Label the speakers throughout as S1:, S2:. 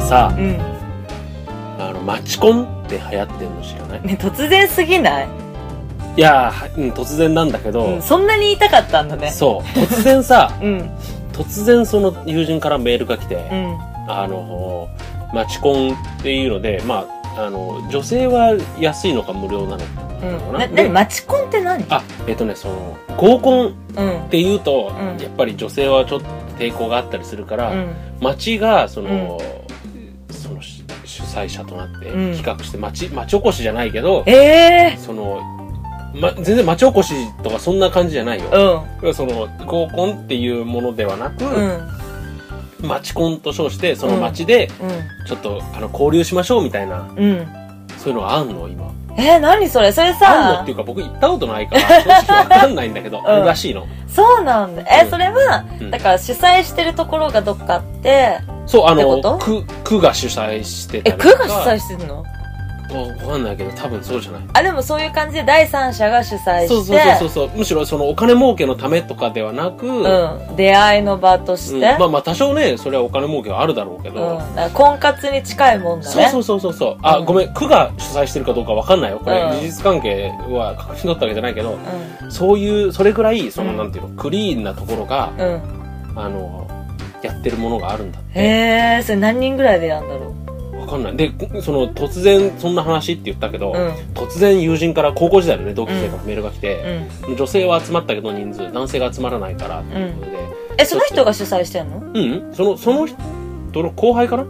S1: さ
S2: う、ん
S1: あの、マチコンって流行ってんの知らない
S2: ね突然すぎない、
S1: いやー、はうん、突然なんだけど、
S2: うん、そんなに言いたかったんだね
S1: そう、突然さ、
S2: うん
S1: 突然その友人からメールが来て、
S2: うん
S1: あの、マチコンっていうので、まあ、あの、女性は安いのか無料なのか
S2: うん
S1: な
S2: な
S1: で
S2: 何マチコンって何
S1: あ、えっとね、その、合コン
S2: うん
S1: っていうと、
S2: うん
S1: やっぱり女性はちょっと抵抗があったりするから、
S2: うん
S1: 町がその、その主主催者となって
S2: うん
S1: 企画して町、町おこしじゃないけど
S2: ええ
S1: その、ま、全然町おこしとかそんな感じじゃないよ、
S2: ー、
S1: その合コンっていうものではなく、
S2: うんうん
S1: 町コンと称してその町でちょっと、あの交流しましょうみたいな
S2: うんうん
S1: そういうのがあんの今
S2: えー、何それそれ
S1: あんの
S2: さ
S1: っていうか僕行ったことないから正直わかんないんだ けど、あるらしいの、
S2: そうなんだえ
S1: うん
S2: それは、
S1: うん
S2: だから主催してるところがどっかあって
S1: そうあ
S2: って
S1: の
S2: こと
S1: 区区が主催して
S2: え
S1: たり
S2: 区
S1: とか
S2: が主催してるの
S1: わかんないけど多分そうじゃない
S2: あでもそういう感じで第三者が主催して
S1: そうそうそうそうそうむしろそのお金儲けのためとかではなく、うん
S2: うん、出会いの場として、
S1: まあまあ多少ねそれはお金儲けはあるだろうけど、
S2: うん、だから婚活に近いもんだね
S1: そうそうそうそうそうあ、
S2: うん
S1: ごめん区が主催してるかどうかわかんないよこれ、
S2: うん
S1: 事実関係は確認取ったわけじゃないけど
S2: う
S1: そういうそれぐらいその、
S2: うん
S1: なんていうのクリーンなところが、
S2: んうん
S1: あのやってるものがあるんだって
S2: へえそれ何人ぐらいでやんだろ
S1: わかんないでその突然そんな話って言ったけど、
S2: ううん
S1: 突然友人から高校時代のね同級生からメールが来て、
S2: うん
S1: 女性は集まったけど人数男性が集まらないからっていうことで、
S2: えその人が主催してんのうん
S1: うんそのその人の後輩かな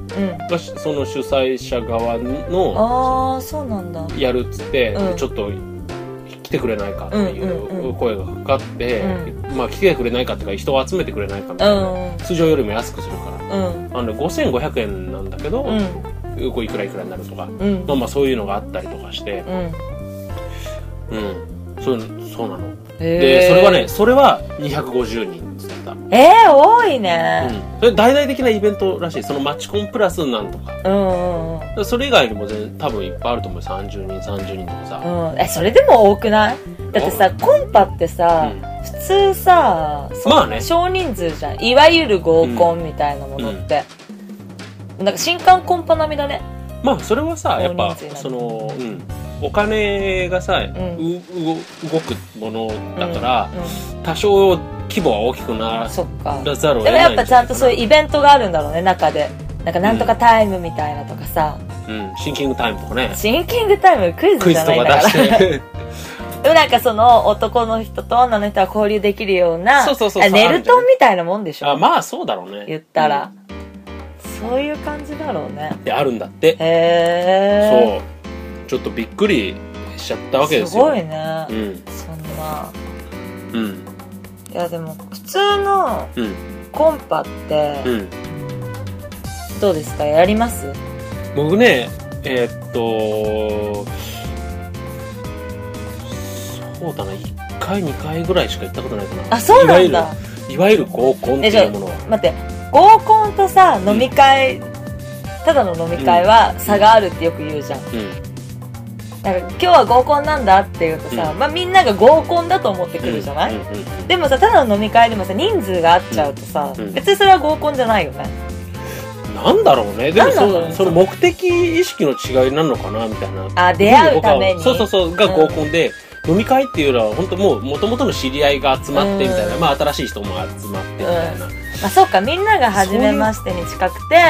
S1: がしその主催者側の
S2: ああそうなんだ
S1: やるっつって、
S2: うん
S1: ちょっと来てくれないかってい
S2: うんうん
S1: う
S2: う
S1: ん声がかかって、まあ来てくれないかっていうか人を集めてくれないかみ
S2: う
S1: たいな、
S2: ん
S1: 通常よりも安くするか
S2: うん
S1: らあの5500円なんだけど、
S2: うん
S1: こういくらいくらになるとか
S2: うん
S1: まあまあそういうのがあったりとかして
S2: うん
S1: うんそういうのそうなの
S2: へ
S1: で
S2: ー
S1: それはねそれは250人っつってた、うん、
S2: えー、多いね
S1: それ大々的なイベントらしいそのマチコンプラスなんとか
S2: うんうんうん
S1: それ以外にも全然多分いっぱいあると思うよ30人30人とかさ、
S2: うん、えそれでも多くないだってさコンパってさ、
S1: うん
S2: 普通さそん
S1: まあね
S2: 少人数じゃんいわゆる合コンみたいなものって、なんか新刊コンパ並みだね
S1: まあそれはさやっ
S2: 大
S1: ぱ
S2: 人数になる
S1: その、うん、お金がさ、うんうう動くものだから、
S2: う、
S1: 多少規模は大きくなん
S2: そっから
S1: ざるを
S2: で
S1: 得
S2: も
S1: ない
S2: やっぱちゃんとそういうイベントがあるんだろうね中でなんかなんとかタイムみたいなとかさ、
S1: うん、シンキングタイムとかね
S2: シンキングタイムクイ
S1: ク
S2: ズ
S1: イ
S2: じゃ
S1: ズと
S2: ないん
S1: か出
S2: だか
S1: し
S2: ら
S1: て
S2: でもなんかその男の人と女の人は交流できるような
S1: そうそうそう
S2: あ
S1: そう
S2: ネルトンみたいなもんでしょ
S1: あまあそうだろうね
S2: 言ったら、そういう感じだろうね
S1: うんであるんだって
S2: へえ
S1: そうちょっとびっくりしちゃったわけですよ
S2: ごいね、
S1: うん
S2: そんな
S1: うん
S2: いやでも普通の
S1: うん
S2: コンパって
S1: うん
S2: どうですかやります
S1: 僕ねえーっとそうだな1回2回ぐらいしか行ったことないかな
S2: あそうなん
S1: いわ
S2: だ
S1: ゆるいわゆる合コンっていうものは
S2: 待って合コンとさ飲み会、ただの飲み会は差があるってよく言うじゃん
S1: うん
S2: なんか今日は合コンなんだって言うとさ、
S1: うん
S2: まあ、みんなが合コンだと思ってくるじゃない、
S1: うんうんうん
S2: でもさただの飲み会でもさ人数が合っちゃうとさ、
S1: うんうん
S2: 別にそれは合コンじゃないよね
S1: なんだろうねでも
S2: なんだろう
S1: そ
S2: ね
S1: その目的意識の違いなのかなみたいな
S2: あ出会うために
S1: そうそうそうが合コンで、飲み会っていうのは本当もう元々の知り合いが集まってみたいな、
S2: うん
S1: まあ新しい人も集まってみたいな、
S2: まあ、そうかみんなが初めましてに近くて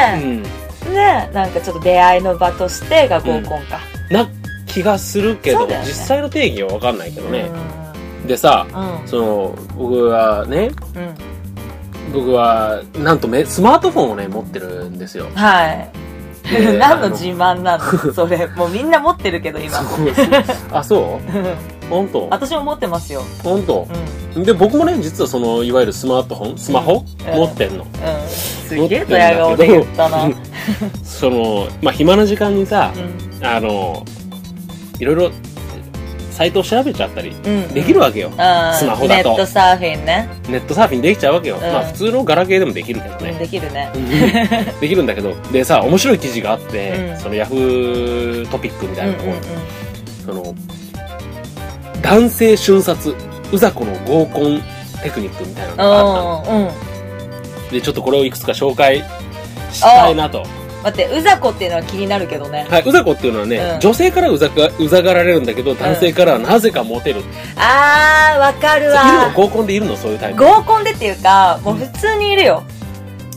S1: うん、
S2: でなんかちょっと出会いの場としてが合コンか、
S1: な気がするけ
S2: そ
S1: ど、
S2: うだよね
S1: 実際の定義は分かんないけ
S2: う
S1: ど
S2: ん、
S1: ね、でさ
S2: うん
S1: その僕はね
S2: うん
S1: 僕はなんとめスマートフォンをね持ってるんですよ
S2: はい
S1: で
S2: 何
S1: あ
S2: の自慢なのそれもうみんな持ってるけど今
S1: そうあそう本当
S2: 私も持ってますよ
S1: 本当
S2: う、んうん
S1: で僕もね実はそのいわゆるスマートフォンスマホ、
S2: うん
S1: 持ってんの
S2: すげえドヤ顔で言ったな
S1: 持
S2: うん
S1: ってんだけどそのまあ暇な時間にさあのいろいろサイトを調べちゃったり
S2: うん
S1: できるわけよ、
S2: ス
S1: スマホだと
S2: ネットサーフィンね、
S1: ネットサーフィンできちゃうわけよ、
S2: ん
S1: まあ普通のガラケーでもできるけど
S2: うん
S1: ね、
S2: できるね
S1: うんできるんだけどでさ面白い記事があって、
S2: うん
S1: そのヤフートピックみ
S2: う
S1: たい
S2: んうん
S1: なところ、その男性瞬殺うざこの合コンテクニックみたいなのがあった
S2: うんうんうん
S1: のでちょっとこれをいくつか紹介したいなと
S2: 待ってうざこっていうのは気になるけどね
S1: はい、うざこっていうのはね、
S2: うん
S1: 女性からうざがうざがられるんだけど男性からはなぜかモテる、いる
S2: あーわかる
S1: の
S2: わ
S1: 合コンでいるのそういうタイプ
S2: 合コンでっていうかもう普通にいるよ、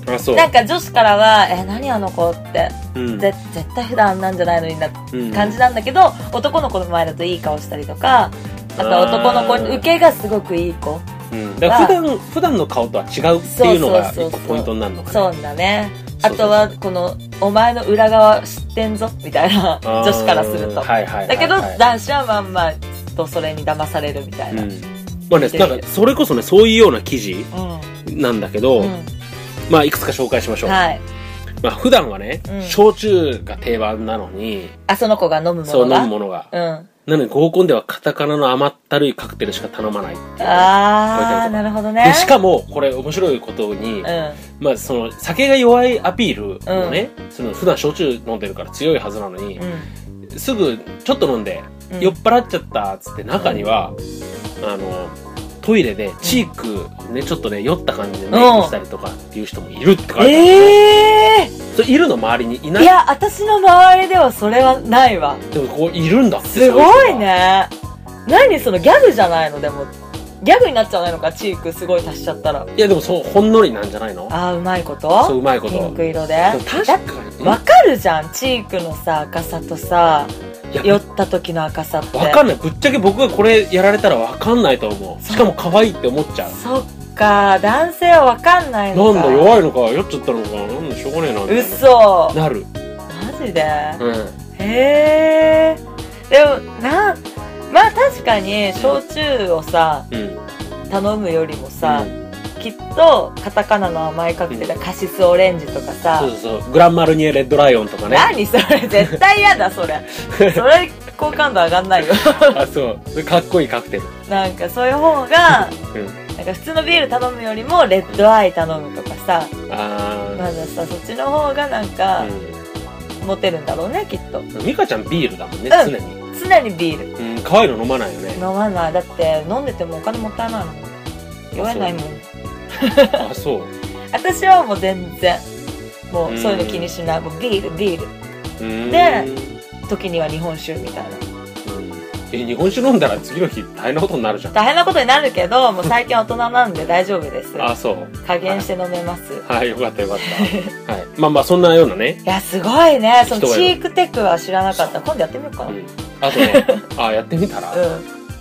S1: あそう
S2: なんか女子からは「え何あの子」って
S1: うん
S2: ぜ絶対普段なんじゃないのにな
S1: うん
S2: 感じなんだけど、男の子の前だといい顔したりとかあとは男の子
S1: あー
S2: 受けがすごくいい子
S1: うん、だから普段普段の顔とは違うっていうのが
S2: そうそ
S1: 一
S2: うそうそ
S1: 個
S2: う
S1: ポイントになるのかな
S2: そうなんだね
S1: そ
S2: あ
S1: うそうそう
S2: とはこの「お前の裏側知ってんぞ」みたいな
S1: あー
S2: 女子からすると
S1: はいはいはいはい
S2: だけど男子はまんまとそれに騙されるみたいな
S1: うんまあね、なんかそれこそねそういうような記事
S2: うん、
S1: なんだけど、
S2: うん
S1: まあいくつか紹介しましょう、
S2: はい
S1: まあ普段はね、
S2: うん
S1: 焼酎が定番なのに
S2: あその子が飲むも
S1: そう
S2: のが
S1: 飲むものが、
S2: うん
S1: なのに合コンではカタカナの甘ったるいカクテルしか頼まないっていう
S2: ああなるほどね
S1: でしかもこれ面白いことに、
S2: うん
S1: まあその酒が弱いアピールをね、その普段焼酎飲んでるから強いはずなのに、
S2: う
S1: すぐちょっと飲んで、
S2: ん
S1: 酔っ払っちゃったっつって中には、あのトイレでチーク、ね、ちょっとね酔った感じでメイクしたりとかっていう人もいるって書いてある、
S2: ええ
S1: それいるの周りにいない
S2: いや私の周りではそれはないわ
S1: でもこういるんだって
S2: すごい
S1: そうう人が
S2: ね何そのギャグじゃないのでもギャグになっちゃわないのかチークすごい足しちゃったら
S1: いやでもそうほんのりなんじゃないの
S2: ああうまいこと
S1: そううまいこと
S2: ピンク色で
S1: でも確
S2: だ
S1: かに
S2: わかるじゃんチークのさ赤さとさ
S1: いや
S2: 酔った時の赤さって
S1: わかんないぶっちゃけ僕がこれやられたらわかんないと思うしかも可愛いって思っちゃう
S2: そっか男性はわかんない
S1: な
S2: の
S1: ん
S2: か
S1: だ弱いのか酔っちゃったのかなんだしょうがねえなみたいな
S2: 嘘
S1: なる
S2: マジで
S1: う
S2: へえでもなまあ確かに焼酎をさ
S1: んうん
S2: 頼むよりもさ、きっとカタカナの甘いカクテル、カシスオレンジとかさ、
S1: そうそうそうグランマルニエレッドライオンとかね
S2: 何それ絶対嫌だそれそれ好感度上がんないよ
S1: あそうそれかっこいいカクテル
S2: なんかそういう方が
S1: うん
S2: なんか普通のビール頼むよりもレッドアイ頼むとかさ
S1: あ
S2: まださそっちの方がなん
S1: あ
S2: か
S1: う
S2: モテるんだろうねきっと
S1: ん美香ちゃんビールだもんね
S2: うん
S1: 常に
S2: 常にビール
S1: うん可愛いの飲まないよね
S2: 飲まないだって飲んでてもお金もったいないもん酔えないもん
S1: あそう
S2: 私はもう全然も
S1: う
S2: うんそういうの気にしないもうビールビール
S1: うーん
S2: で時には日本酒みたいな
S1: うんえ日本酒飲んだら次の日大変なことになるじゃん
S2: 大変なことになるけどもう最近大人なんで 大丈夫です
S1: あそう
S2: 加減して飲めます、い
S1: はいよかったよかったはいまあまあそんなようなね
S2: やすごいねその
S1: 人
S2: チ
S1: がいる
S2: ークテックは知らなかった今度やってみようかな
S1: う
S2: うん
S1: んあとねあやってみたら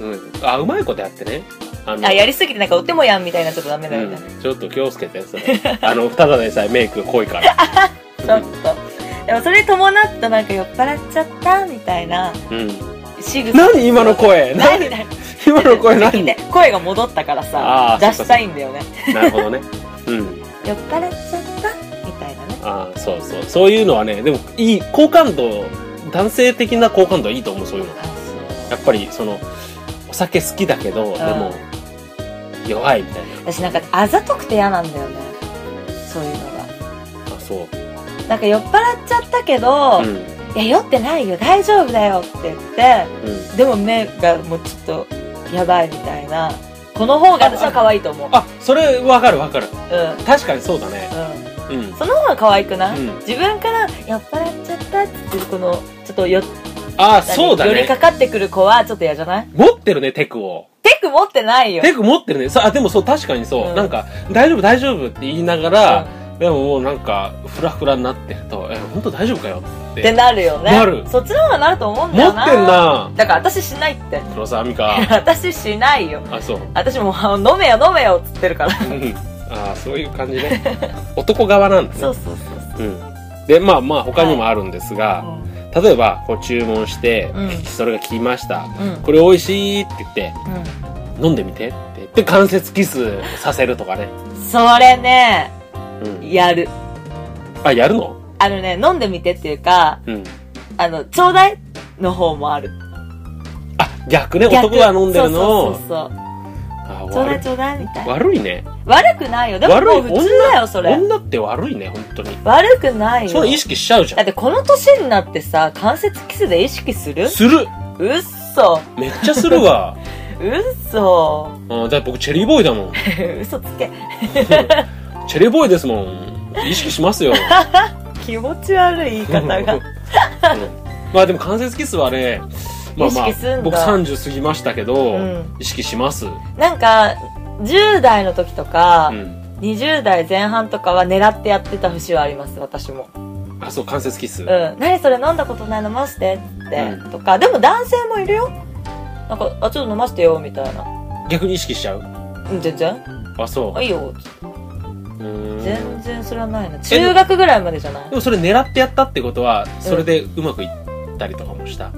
S1: うんあうまいことやってねあの
S2: あやりすぎてなんかお手もやんみたいになっちゃっとダメだよね、
S1: うん、ちょっと気をつけてそれあのただでさえメイク濃いから
S2: ちょっとでもそれに伴ったなんか酔っ払っちゃったみたいな
S1: うん
S2: 仕草
S1: 何今の 声
S2: 何
S1: 何今の声何
S2: ね声が戻ったからさ
S1: あー
S2: 出したいんだよね
S1: なるほどねうん
S2: 酔っ払っちゃったみたいなね
S1: ああそうそうそういうのはねでもいい好感度男性的な好感度はいいと思うそういうの
S2: あ
S1: やっぱりそのお酒好きだけどでも弱いみたい
S2: そう私なんかあざとくて嫌なんだよねそういうの
S1: なあそう
S2: がなんか酔っ払っちゃったけ
S1: う
S2: ど、
S1: ん
S2: いや酔ってないよ大丈夫だよって言って
S1: うん
S2: でも目がもうちょっとやばいみたいなこの方が私は可愛いと思う
S1: あそれわかるわかる
S2: うん
S1: 確かにそうだね
S2: う
S1: うん
S2: んその方が可愛くない、
S1: うん
S2: 自分から酔っ払っちゃったって言ってこのちょっと酔っ
S1: ああ
S2: たり
S1: そうだ
S2: 寄り
S1: ね
S2: かかってくる子はちょっと嫌じゃない
S1: 持ってるねテクを
S2: テク持ってないよ
S1: テク持ってるねそうあでもそう確かにそう、
S2: うん
S1: なんか大丈夫大丈夫って言いなが
S2: うん
S1: ら、でももうなんかフラフラになってるとえ本当大丈夫かよって
S2: ってなるよね
S1: なる
S2: そっちの方がなると思うんだ
S1: 持
S2: よ
S1: っ
S2: な
S1: てんな
S2: だから私しないって
S1: 黒沢美香
S2: 私しないよ
S1: あそう
S2: 私もう飲めよ飲めよっつってるから
S1: うんああそういう感じ ね男側なんだね
S2: そうそうそう
S1: うん、でまあまあ他にもあるんですが、
S2: そう
S1: 例えばこう注文して、
S2: うん
S1: それが来ました
S2: うんうん
S1: これ美味しいって言って
S2: う
S1: 飲んでみてって言って関節キスさせるとかね、
S2: んそれね
S1: うん、
S2: やる
S1: あやるの
S2: あのね飲んでみてっていうか
S1: うん
S2: あのちょうだいの方もある
S1: あ逆ね
S2: 逆
S1: 男が飲んでるのを
S2: そうそうそう
S1: あ
S2: そうちょうだ
S1: 悪
S2: いちょうだいみたいな
S1: 悪いね
S2: 悪くないよでも
S1: 悪
S2: も
S1: いう
S2: 普通だよそれ
S1: 女って悪いね本当に
S2: 悪くない
S1: そ
S2: よ
S1: の意識しちゃうじ
S2: だ
S1: ゃ
S2: ってこの年になってさ関節キスで意識する
S1: んする
S2: うっそう
S1: めっちゃする わ
S2: っそ
S1: うんだって僕チェリーボーイだもん
S2: 嘘つけ
S1: チェリーボーイですもん意識しますよ
S2: 気持ち悪い言い方が
S1: まあでも関節キスはね、まあまあ
S2: 意識すんだ、
S1: 僕30過ぎましたけど、
S2: うん
S1: 意識します。う
S2: なんか10代の時とか、
S1: ん。
S2: 20代前半とかは狙ってやってた節はあります私も
S1: あ、そう、関節キス。
S2: うん、何それ飲んだことない飲ましてって、
S1: う
S2: とかでも男性もいるよなんかあちょっと飲ましてよみたいな
S1: 逆に意識しちゃう
S2: うん全然
S1: あ、そ
S2: あいいよ
S1: う。うーん。
S2: 全然それはないな中学ぐらいまでじゃない
S1: でもそれ狙ってやったってことは、それでうまくいったりとかもした。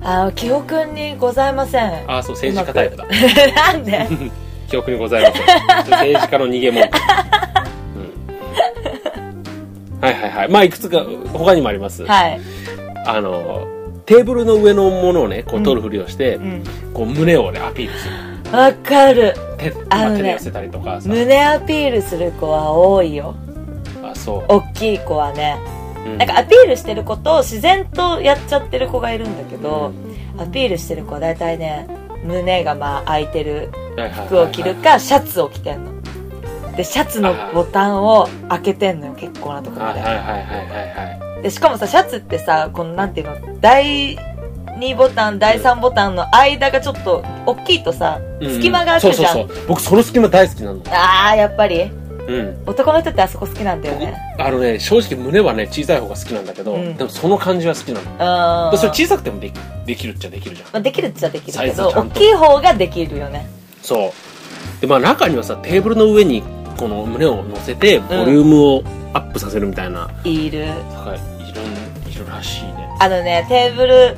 S2: あー記憶にございません
S1: あ、そう、政治家タイプだ。
S2: なんで
S1: 記憶にございません。政治家の逃げ物。うん。はいはいはい。まあ、いくつか、他にもあります。
S2: はい、
S1: あの、テーブルの上のものをね、こう取るふりをして、
S2: うん、
S1: こう胸をね、アピールする。
S2: わかる
S1: 手、
S2: あ
S1: まあ、
S2: のね
S1: 手で寄せたりとかさ。
S2: 胸アピールする子は多いよ
S1: あ、そう。
S2: 大きい子はね
S1: うん
S2: なんかアピールしてる子と自然とやっちゃってる子がいるんだけど、アピールしてる子は大体ね胸がまあ開いてる服を着るかシャツを着てんのでシャツのボタンを開けてんのよ結構なとこ
S1: は
S2: ろ
S1: いはいはいはいはいはいは
S2: ででしかもさシャツってさこのなんていうの第2ボタン第3ボタンの間がちょっと大きいとさ
S1: いうん
S2: 隙間が空くじゃん、
S1: そうそうそう僕その隙間大好きなの
S2: あーやっぱり
S1: うん
S2: 男の人ってあそこ好きなんだよね
S1: あのね正直胸はね小さい方が好きなんだけど、
S2: うん
S1: でもその感じは好きなの
S2: うん、ま
S1: それ小さくてもできできるっちゃできるじゃん
S2: あできるっちゃできる
S1: サ
S2: け
S1: イズ
S2: ど
S1: ちゃ
S2: 大
S1: んと
S2: きい方ができるよね
S1: そうでまあ中にはさテーブルの上にこの胸を乗せてボリュームをアップさせるみたいな、
S2: いる
S1: はいいるいるらしいね
S2: あのね、テーブル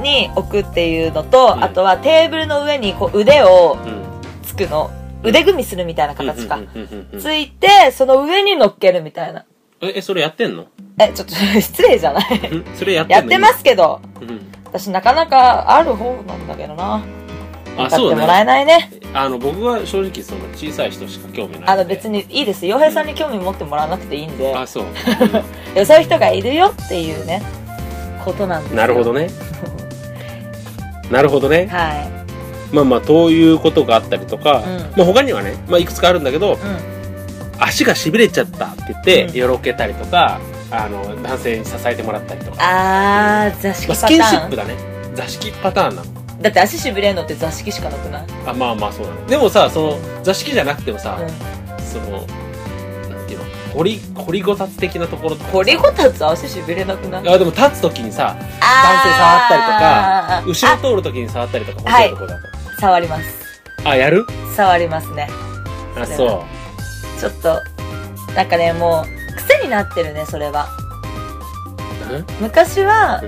S2: に置くっていうのと、
S1: うん
S2: あとはテーブルの上にこう腕を
S1: うん
S2: つくの。腕組みするみたいな形か
S1: うん。うんうんうんうん
S2: ついて、その上に乗っけるみたいな。
S1: ええそれやってんの
S2: え、ちょっと 失礼じゃない
S1: うんそれやってん
S2: や
S1: の
S2: ってますけど、
S1: 今うん
S2: 私なかなかある方なんだけどな。
S1: あ
S2: 歌っ
S1: そう
S2: て
S1: だ
S2: も
S1: ね
S2: らえないね。
S1: あの僕は正直その小さい人しか興味ないんで
S2: あの別にいいです。洋平さんに興味持ってもらわなくていいんで、
S1: あそう
S2: いやそういう人がいるよっていうね、ことなんですよ
S1: なるほど。 ねなるほどね
S2: は
S1: まあまあそういうことがあったりとか、
S2: うん
S1: まあ他にはね、まあ、いくつかあるんだけど
S2: い。うん。
S1: 足がしびれちゃったって言って、
S2: うん
S1: よろけたりとかあの男性に支えてもらったりとか、
S2: あー、座敷
S1: まあ、
S2: パ
S1: ス
S2: タ
S1: キンシッ
S2: ーン
S1: プ。だね座敷パターンなの
S2: だって足しびれんのって座敷しかなくない
S1: あまあまあそうだねでもさその座敷じゃなくてもさ、
S2: うん
S1: そのなんていうの掘り掘りごたつ的なところとか
S2: こりごたつ足しびれなくない
S1: あでも立つ時にさ男性触ったりとか
S2: あー
S1: 後ろ通る時に触ったりとか
S2: あ
S1: 細いところだと、
S2: あ触ります
S1: あやる
S2: 触りますね
S1: あ
S2: それ
S1: そう
S2: ちょっとなんかねもう癖になってるねそれは昔は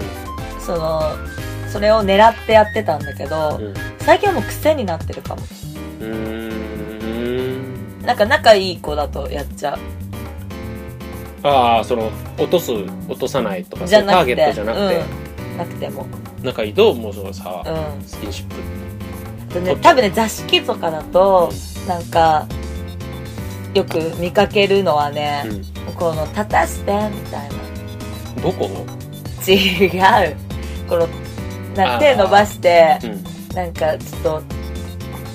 S2: そのそれを狙ってやってたんだけど
S1: うん
S2: 最近はもう癖になってるかも
S1: うん
S2: なんか仲いい子だとやっちゃう
S1: ああその落とす落とさないとか
S2: じゃな
S1: タ
S2: く
S1: ーゲ
S2: て
S1: ットじゃなくて、
S2: うん、なくても
S1: 仲いいともうそのさ、
S2: うんあ
S1: スキンシップ
S2: とね多分ね座敷とかだとなんかよく見かけるのはね、
S1: う
S2: この立たしてみたいな
S1: うんどこを
S2: 違うこのな
S1: あー
S2: 手伸ばして
S1: うん
S2: なんかちょっ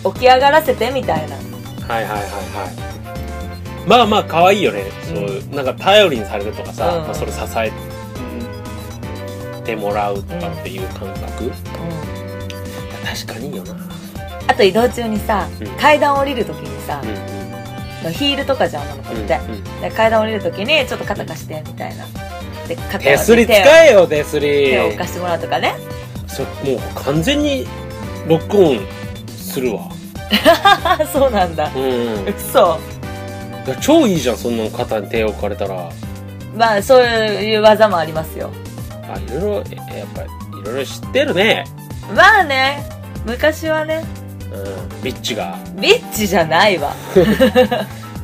S2: と起き上がらせてみたいな
S1: はいはいはいはいまあまあ可愛いよね、そうなんか頼りにされるとかさ、
S2: うん
S1: まあ、それ支えてもらうとかっていう感覚、いや
S2: うん
S1: 確かにいいよな
S2: あと移動中にさ、
S1: うん
S2: 階段降りる時にさ
S1: う、ん
S2: ヒールとかじゃん女の子って、
S1: うんうん
S2: で階段降りる時にちょっと肩貸してみたいなで肩
S1: 手すり
S2: 手を
S1: 使えよ手す
S2: 手を
S1: り
S2: 貸してもらうとかね
S1: そもう完全にロックオンするわ
S2: ああそうなんだ
S1: うん
S2: 嘘
S1: 超いいじゃんそんなの肩に手を置かれたら
S2: まあそういう技もありますよ
S1: あいろいろえやっぱりいろいろ知ってるね
S2: まあね昔はね
S1: うんビッチが
S2: ビッチじゃないわ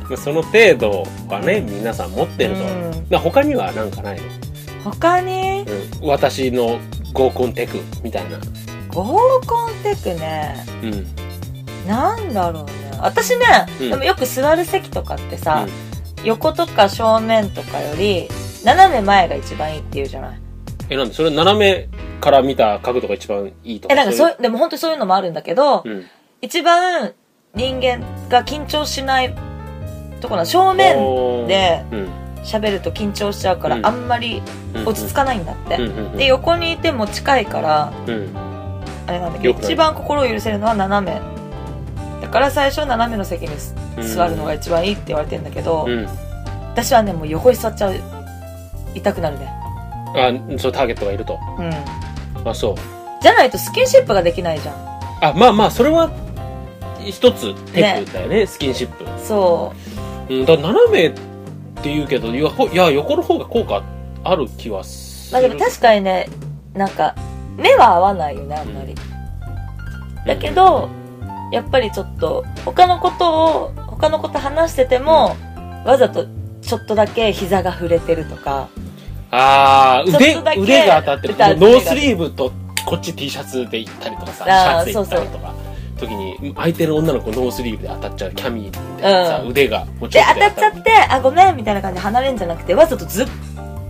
S1: まあその程度はね皆さん持ってると、
S2: うん
S1: まあ他にはなんかないの、
S2: 他に
S1: うん、私の合コンテクみたいな
S2: 合コンテクね
S1: うんうん
S2: なんだろうね私ね、
S1: うん
S2: でもよく座る席とかってさ、横とか正面とかより斜め前が一番いいっていうじゃない
S1: えなんでそれ斜めから見た角度が一番いいとか
S2: えなんかそう
S1: い
S2: いうでも本当そういうのもあるんだけど、
S1: う、うん、
S2: 一番人間が緊張しないところ正面
S1: おー
S2: で
S1: うん
S2: 喋ると緊張しちゃうから、
S1: うん
S2: あんまり落ち着かないんだって、
S1: うんうんうん
S2: で横にいても近いから
S1: うん
S2: あれなんだけど
S1: よくない
S2: 一番心を許せるのは斜めだから最初は斜めの席にす
S1: うん
S2: 座るのが一番いいって言われてんだけど、
S1: うん
S2: 私はねもう横に座っちゃう痛くなるね
S1: あそのターゲットがいると
S2: うん
S1: あそう
S2: じゃないとスキンシップができないじゃん
S1: あまあまあそれは一つテクだよねスキンシップ
S2: そ
S1: うん、だから斜めって言うけどいやほいや横の方が効果ある気はす
S2: うまあ
S1: る、
S2: でも確かにねなんか目は合わないよねあんまり、だけどやっぱりちょっと他のことを他のこと話しててもわざとちょっとだけ膝が触れてるとか
S1: ああ
S2: ち
S1: 腕
S2: ょっとだけ
S1: 腕が当たってる
S2: 歌
S1: ノースリーブとこっち T シャツで行ったりとかさシャツ
S2: あー
S1: で行ったりとか時に相手の女の子ノースリーブで当たっちゃうキャミーでさ、
S2: う
S1: 腕がも
S2: で当たっちゃって「あごめん」みたいな感じで離れるんじゃなくてわざとずっ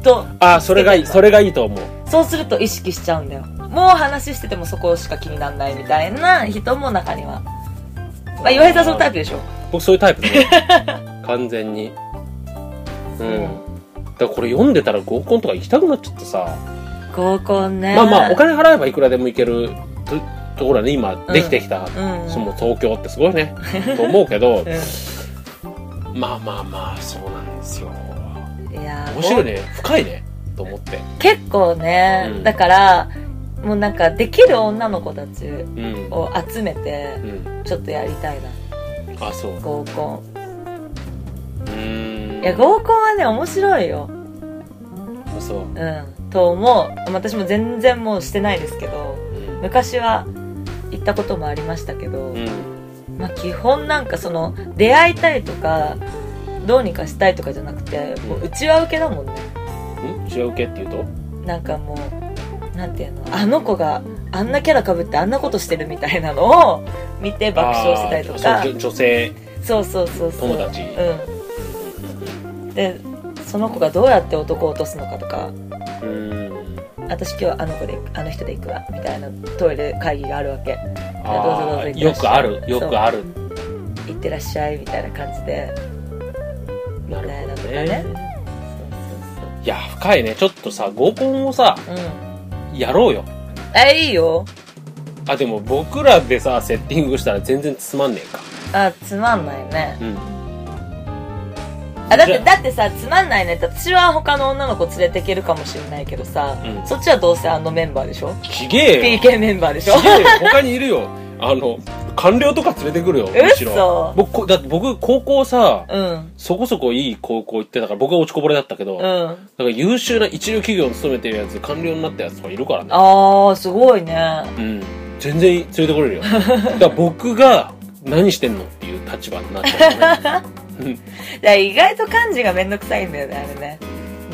S2: と
S1: ああそれがいいそれがいいと思う
S2: そうすると意識しちゃうんだよもう話しててもそこしか気にならないみたいな人も中には、まあ、岩井さんそのタイプでしょ
S1: 僕そういうタイプだね 完全にうんだからこれ読んでたら合コンとか行きたくなっちゃってさ
S2: 合コンね
S1: まあまあお金払えばいくらでも行けるとところはね今できてきた、
S2: うん
S1: その東京ってすごい ねと思うけど
S2: う
S1: まあまあまあそうなんですよ
S2: んいやー
S1: 面白いね深いねと思って
S2: 結構ね、
S1: うん
S2: だからもうなんかできる女の子たち
S1: うん、
S2: を集めて
S1: うん、
S2: ちょっとやりたいな
S1: あそうう
S2: 合コン
S1: ーん
S2: いや合コンはね面白いよ
S1: あそう、
S2: うんと思う私も全然もうしてないですけど
S1: うん
S2: 昔は行ったこともありましたけど、
S1: うん、
S2: まあ基本なんかその出会いたいとかどうにかしたいとかじゃなくてもううちは受けだもんね
S1: ん違う受けっていうと
S2: なんかもうなんていうのあの子があんなキャラかぶってあんなことしてるみたいなのを見て爆笑してたりと
S1: あ
S2: か
S1: ーそう女女性
S2: そうそうそうそう
S1: 友達
S2: うんでその子がどうやって男を落とすのかとか
S1: うーん
S2: 私今日あの子であの人で行くわみたいなトイレ会議があるわけどうぞどう
S1: あ
S2: ぞ
S1: ー
S2: 行ってら
S1: よ
S2: っし
S1: く
S2: ゃ
S1: あ
S2: い
S1: るよくある
S2: 行ってらっしゃいみたいな感じでみ
S1: な
S2: た
S1: る
S2: い
S1: ほ
S2: な
S1: ど
S2: とかね
S1: ねいや深いねちょっとさ合コンをさ
S2: そうそうそううん
S1: やろうよ
S2: あいいよ
S1: あでも僕らでさセッティングしたら全然つまんねえか
S2: あつまんないね
S1: うん
S2: あだっ
S1: じ
S2: て
S1: ゃ
S2: だってさつまんないねって私は他の女の子連れてけるかもしれないけどさ、
S1: うん
S2: そっちはどうせあのメンバーでしょ
S1: ちげえよ
S2: PK メンバーでしょ
S1: ちげえよ他にいるよあの官僚とか連れてくるよむしろ
S2: 嘘
S1: 僕こだって僕高校さ
S2: うん
S1: そこそこいい高校行ってたから僕は落ちこぼれだったけど、
S2: う
S1: だ
S2: ん
S1: から優秀な一流企業に勤めてるやつ官僚になったやつとかいるからね
S2: ああすごいね
S1: うん全然連れてこれる よだから僕が何してんのっていう立場になっちゃう、 ね、
S2: だ意外と漢字がめんどくさいんだよねあれね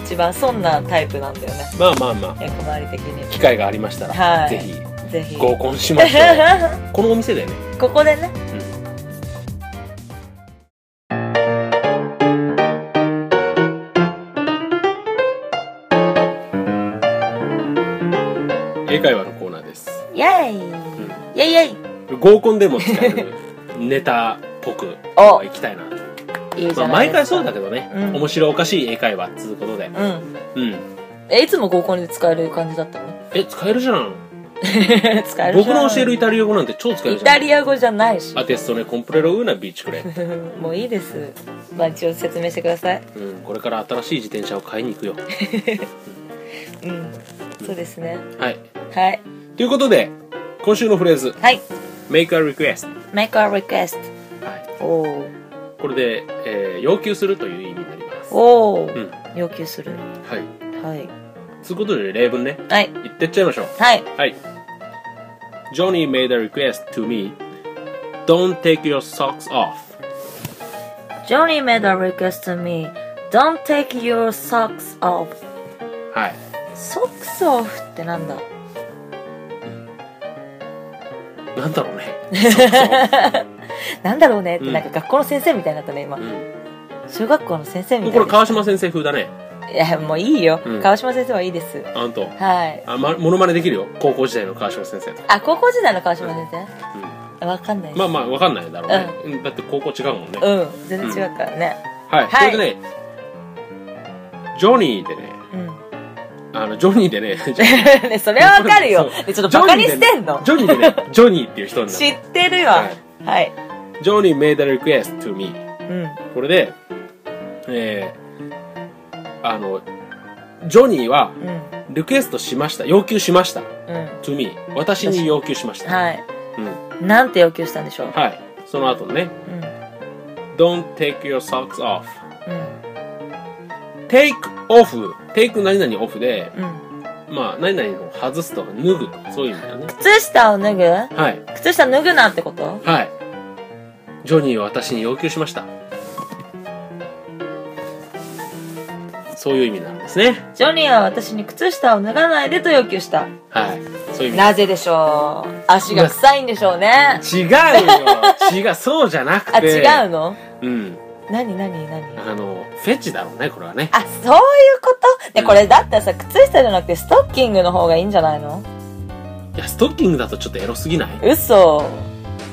S2: 一番そんなタイプなんだよね
S1: うんまあまあまあ
S2: 役回り的に
S1: 機会がありましたら、
S2: はい
S1: ぜひ
S2: ぜひ
S1: 合コンしましょう このお店だよね
S2: ここでね
S1: 英会話のコーナーです、
S2: イェイ
S1: う
S2: イェイイェイ
S1: ん、合コンでも使えるネタっぽく
S2: お
S1: いきたいなと
S2: いいじ
S1: ま
S2: ゃ
S1: あ、
S2: な
S1: 毎
S2: いで
S1: 回
S2: すか
S1: そうだけどね、
S2: うん
S1: 面白おかしい英会話っつうことで
S2: うん
S1: うん
S2: えいつも合コンで使える感じだったの
S1: え使えるじゃん
S2: 使える
S1: 僕
S2: じゃん
S1: の教えるイタリア語なんて超使える
S2: イ
S1: じゃん
S2: タリア語じゃないし
S1: アテストねコンプレロウーナビーチクレ、
S2: もういいです。まあ一応説明してください。
S1: うん、これから新しい自転車を買いに行くよ
S2: うん。そうですね。
S1: はい
S2: はい。
S1: ということで今週のフレーズ
S2: はい。
S1: 「Make a request
S2: make a request.」
S1: はい、
S2: おー
S1: これで、えー要求するという意味になります
S2: お
S1: う
S2: ー
S1: ん
S2: 要求する。
S1: はい
S2: はい。
S1: ということで例文ね
S2: はい。
S1: 言ってっちゃいましょう
S2: はい。
S1: はい Johnny made a request to me Don't take your socks off
S2: Johnny made a request to me. Don't take your socks off.
S1: はい
S2: Socks off ってなんだ
S1: なんだろうね
S2: なんだろうねってなんか学校の先生みたいになったね、今。
S1: う
S2: 小学校の先生
S1: ん、も
S2: み
S1: う
S2: た
S1: これ
S2: いな。
S1: 川島先生風だね
S2: いや、もういいよ。
S1: うん
S2: 川島先生はいいです。
S1: あんと
S2: はい。
S1: あ、ま、モノマネできるよ高校時代の川島先生とか、
S2: あ、高校時代の川島先
S1: う
S2: 生わかんない
S1: ん、まあまあわかんないだろうね、うんだって高校違うもんね、
S2: うん。全然違うからね。
S1: はい、
S2: は
S1: と
S2: い
S1: いうことでジョニーでね、
S2: う
S1: あの、ジョニーで ね、
S2: ん ねそれはわかるよ
S1: そう
S2: でちょっとバカにしてんの
S1: ジョニーでね、ジョニーっていう人にな
S2: 知ってるわはい、
S1: ジョニー made a request to me.
S2: うん
S1: これで、えー、あの、ジョニーは、
S2: うん
S1: リクエストしました。要求しました。
S2: う
S1: to me. 私に要求しまし
S2: ん
S1: た。。
S2: はいい
S1: うん。
S2: なんて要求したんでしょう
S1: はい。その後のね、
S2: うん
S1: don't take your socks off.
S2: う
S1: take off. take 何々オフで、
S2: んうん
S1: まあ、何々を外すとか脱ぐとか、そういう意味だよね。
S2: 靴下を脱ぐ
S1: はい。
S2: 靴下脱ぐなってこと
S1: はい。ジョニーは私に要求しました。そういう意味なんですね。
S2: ジョニーは私に靴下を脱がないでと要求した
S1: はい。そういう意味。
S2: なぜでしょう足が臭いんでしょうね
S1: 違う よ違う、そうじゃなくて。
S2: あ違うの
S1: うん。
S2: 何何何
S1: あの、フェチだろうね、これはね。
S2: あそういうことねこれだったらさ靴下じゃなくてストッキングの方がいいんじゃないの
S1: いや、ストッキングだとちょっとエロすぎない
S2: 嘘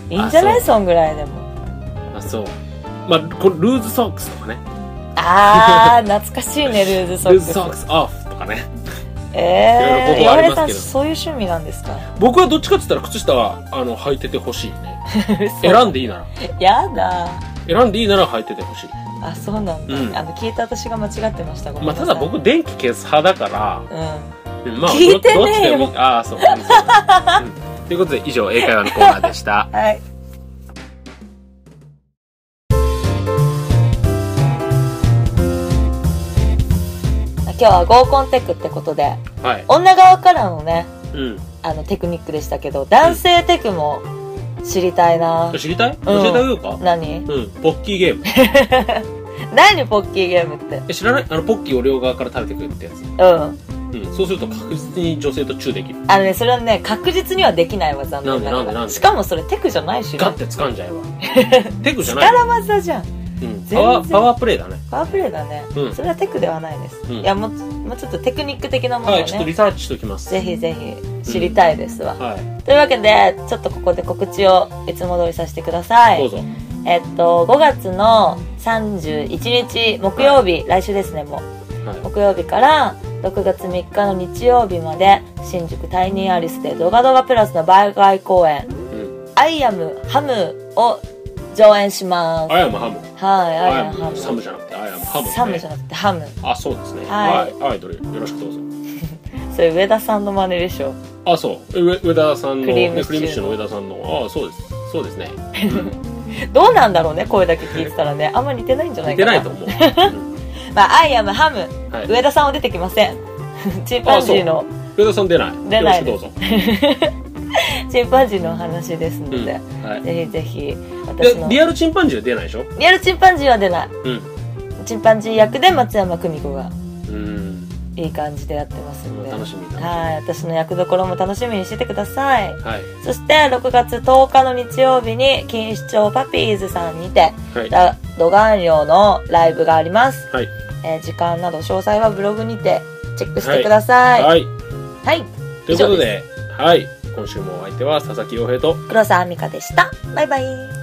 S2: いいんじゃな
S1: あ
S2: いそんぐらい でも
S1: あ、そう。まあ、これ、ルーズソックスとかね。
S2: あー懐かしいねルーズソ
S1: ルー
S2: ッ
S1: ズソッ
S2: ク
S1: ク
S2: ス
S1: スオフとかね。
S2: ええー、
S1: いろいろ方法あり
S2: れ
S1: ます
S2: さん
S1: けど
S2: そういう趣味なんですか
S1: 僕はどっちかって言ったら、靴下は、あの、履いててほしいね。
S2: 嘘
S1: 選んで いいなら。
S2: やだ
S1: 選んでいいなら履いててほしい。
S2: あそうなんだ、
S1: うん
S2: あの聞いた私が間違ってましたごめん
S1: まあ、
S2: なさ
S1: ただ
S2: い
S1: 僕、電気消す派だから、
S2: うん
S1: まあ、
S2: 聞いてねえよ
S1: どどっちでもいいああそうそうだ、うんということで以上英会話のコーナーでした
S2: はい今日は合コンテクってことで
S1: はい、
S2: 女側からのね
S1: うん、
S2: あのテクニックでしたけど男性テクも知りたいな、
S1: 知りたい教えてあげようか
S2: 何
S1: うん、ポッキーゲーム
S2: 何ポッキーゲームって
S1: え知らないあのポッキーを両側から食べてくるってやつ、
S2: うんあ
S1: うん、そうすると確実に女性とチューできる
S2: のねそれはね確実にはできないわ残念な
S1: なんでなんで
S2: が
S1: なん
S2: ら
S1: で
S2: しかもそれテクじゃないしね
S1: ガッて掴んじゃえば テクじゃない、
S2: 力技じゃん
S1: うん、
S2: 然
S1: パワーパワープレイだね
S2: パワープレイだね、
S1: うん
S2: それはテクではないです、
S1: うん
S2: いやもうもうちょっとテクニック的なものを
S1: は
S2: ね、
S1: いちょっとリサーチしときます
S2: ぜひぜひ知りたいですわ、
S1: は
S2: というわけでちょっとここで告知をいつも通りさせてくださ
S1: いどう
S2: い
S1: ぞ
S2: えっと5月の31日木曜日、来週ですねもう
S1: は
S2: 木曜日から6月3日の日曜日まで新宿タイニーアリスでドガドガプラスの倍外公
S1: い、
S2: 演
S1: うん、
S2: 「アイアムハム」を上演します
S1: アヤムハム
S2: はい
S1: ア
S2: アイ
S1: ヤ
S2: アムハ
S1: ム
S2: ム
S1: サムじゃなくてアヤムハム、ね、
S2: サムじゃなくてハム
S1: あそうですね
S2: は
S1: はいいアイドルよろしくどうぞ
S2: それ上田さんの真似でしょ
S1: あ、そう。え上上田さんの、
S2: クリーム
S1: ね
S2: シ
S1: ク
S2: チュー
S1: リームシチューの上田さんの。あ、そうです。そう ですね。
S2: どうなんだろうね声だけ聞いてたらねあんま似てないんじゃな
S1: 似
S2: いか
S1: てない
S2: な
S1: と思う。うん
S2: まあ、アイアムハム、
S1: はい
S2: 上田さんは出てきません チンパンジーの
S1: 上田さん出ない。
S2: 出ない
S1: よろしくどうぞ。
S2: チンパンジーのお話ですの
S1: う
S2: で、
S1: ん。はい。
S2: ぜひぜひ私
S1: で
S2: の
S1: リアルチンパンジーは出ないでしょ
S2: リアルチンパンジーは出ない
S1: うん。
S2: チンパンジー役で松山久美子が
S1: うん。
S2: いい感じでやってますんで
S1: 楽しみだ。は
S2: はい私の役どころも楽しみにしててください
S1: い。
S2: そして6月10日の日曜日に錦糸町パピーズさんにて
S1: はい。
S2: ラドガン寮のライブがあります、
S1: はい。
S2: えー時間など詳細はブログにてチェックしてくださいはい、
S1: はい。ということで、はい。今週もお相手は佐々木洋平と、
S2: 黒沢美香でしたバイバイ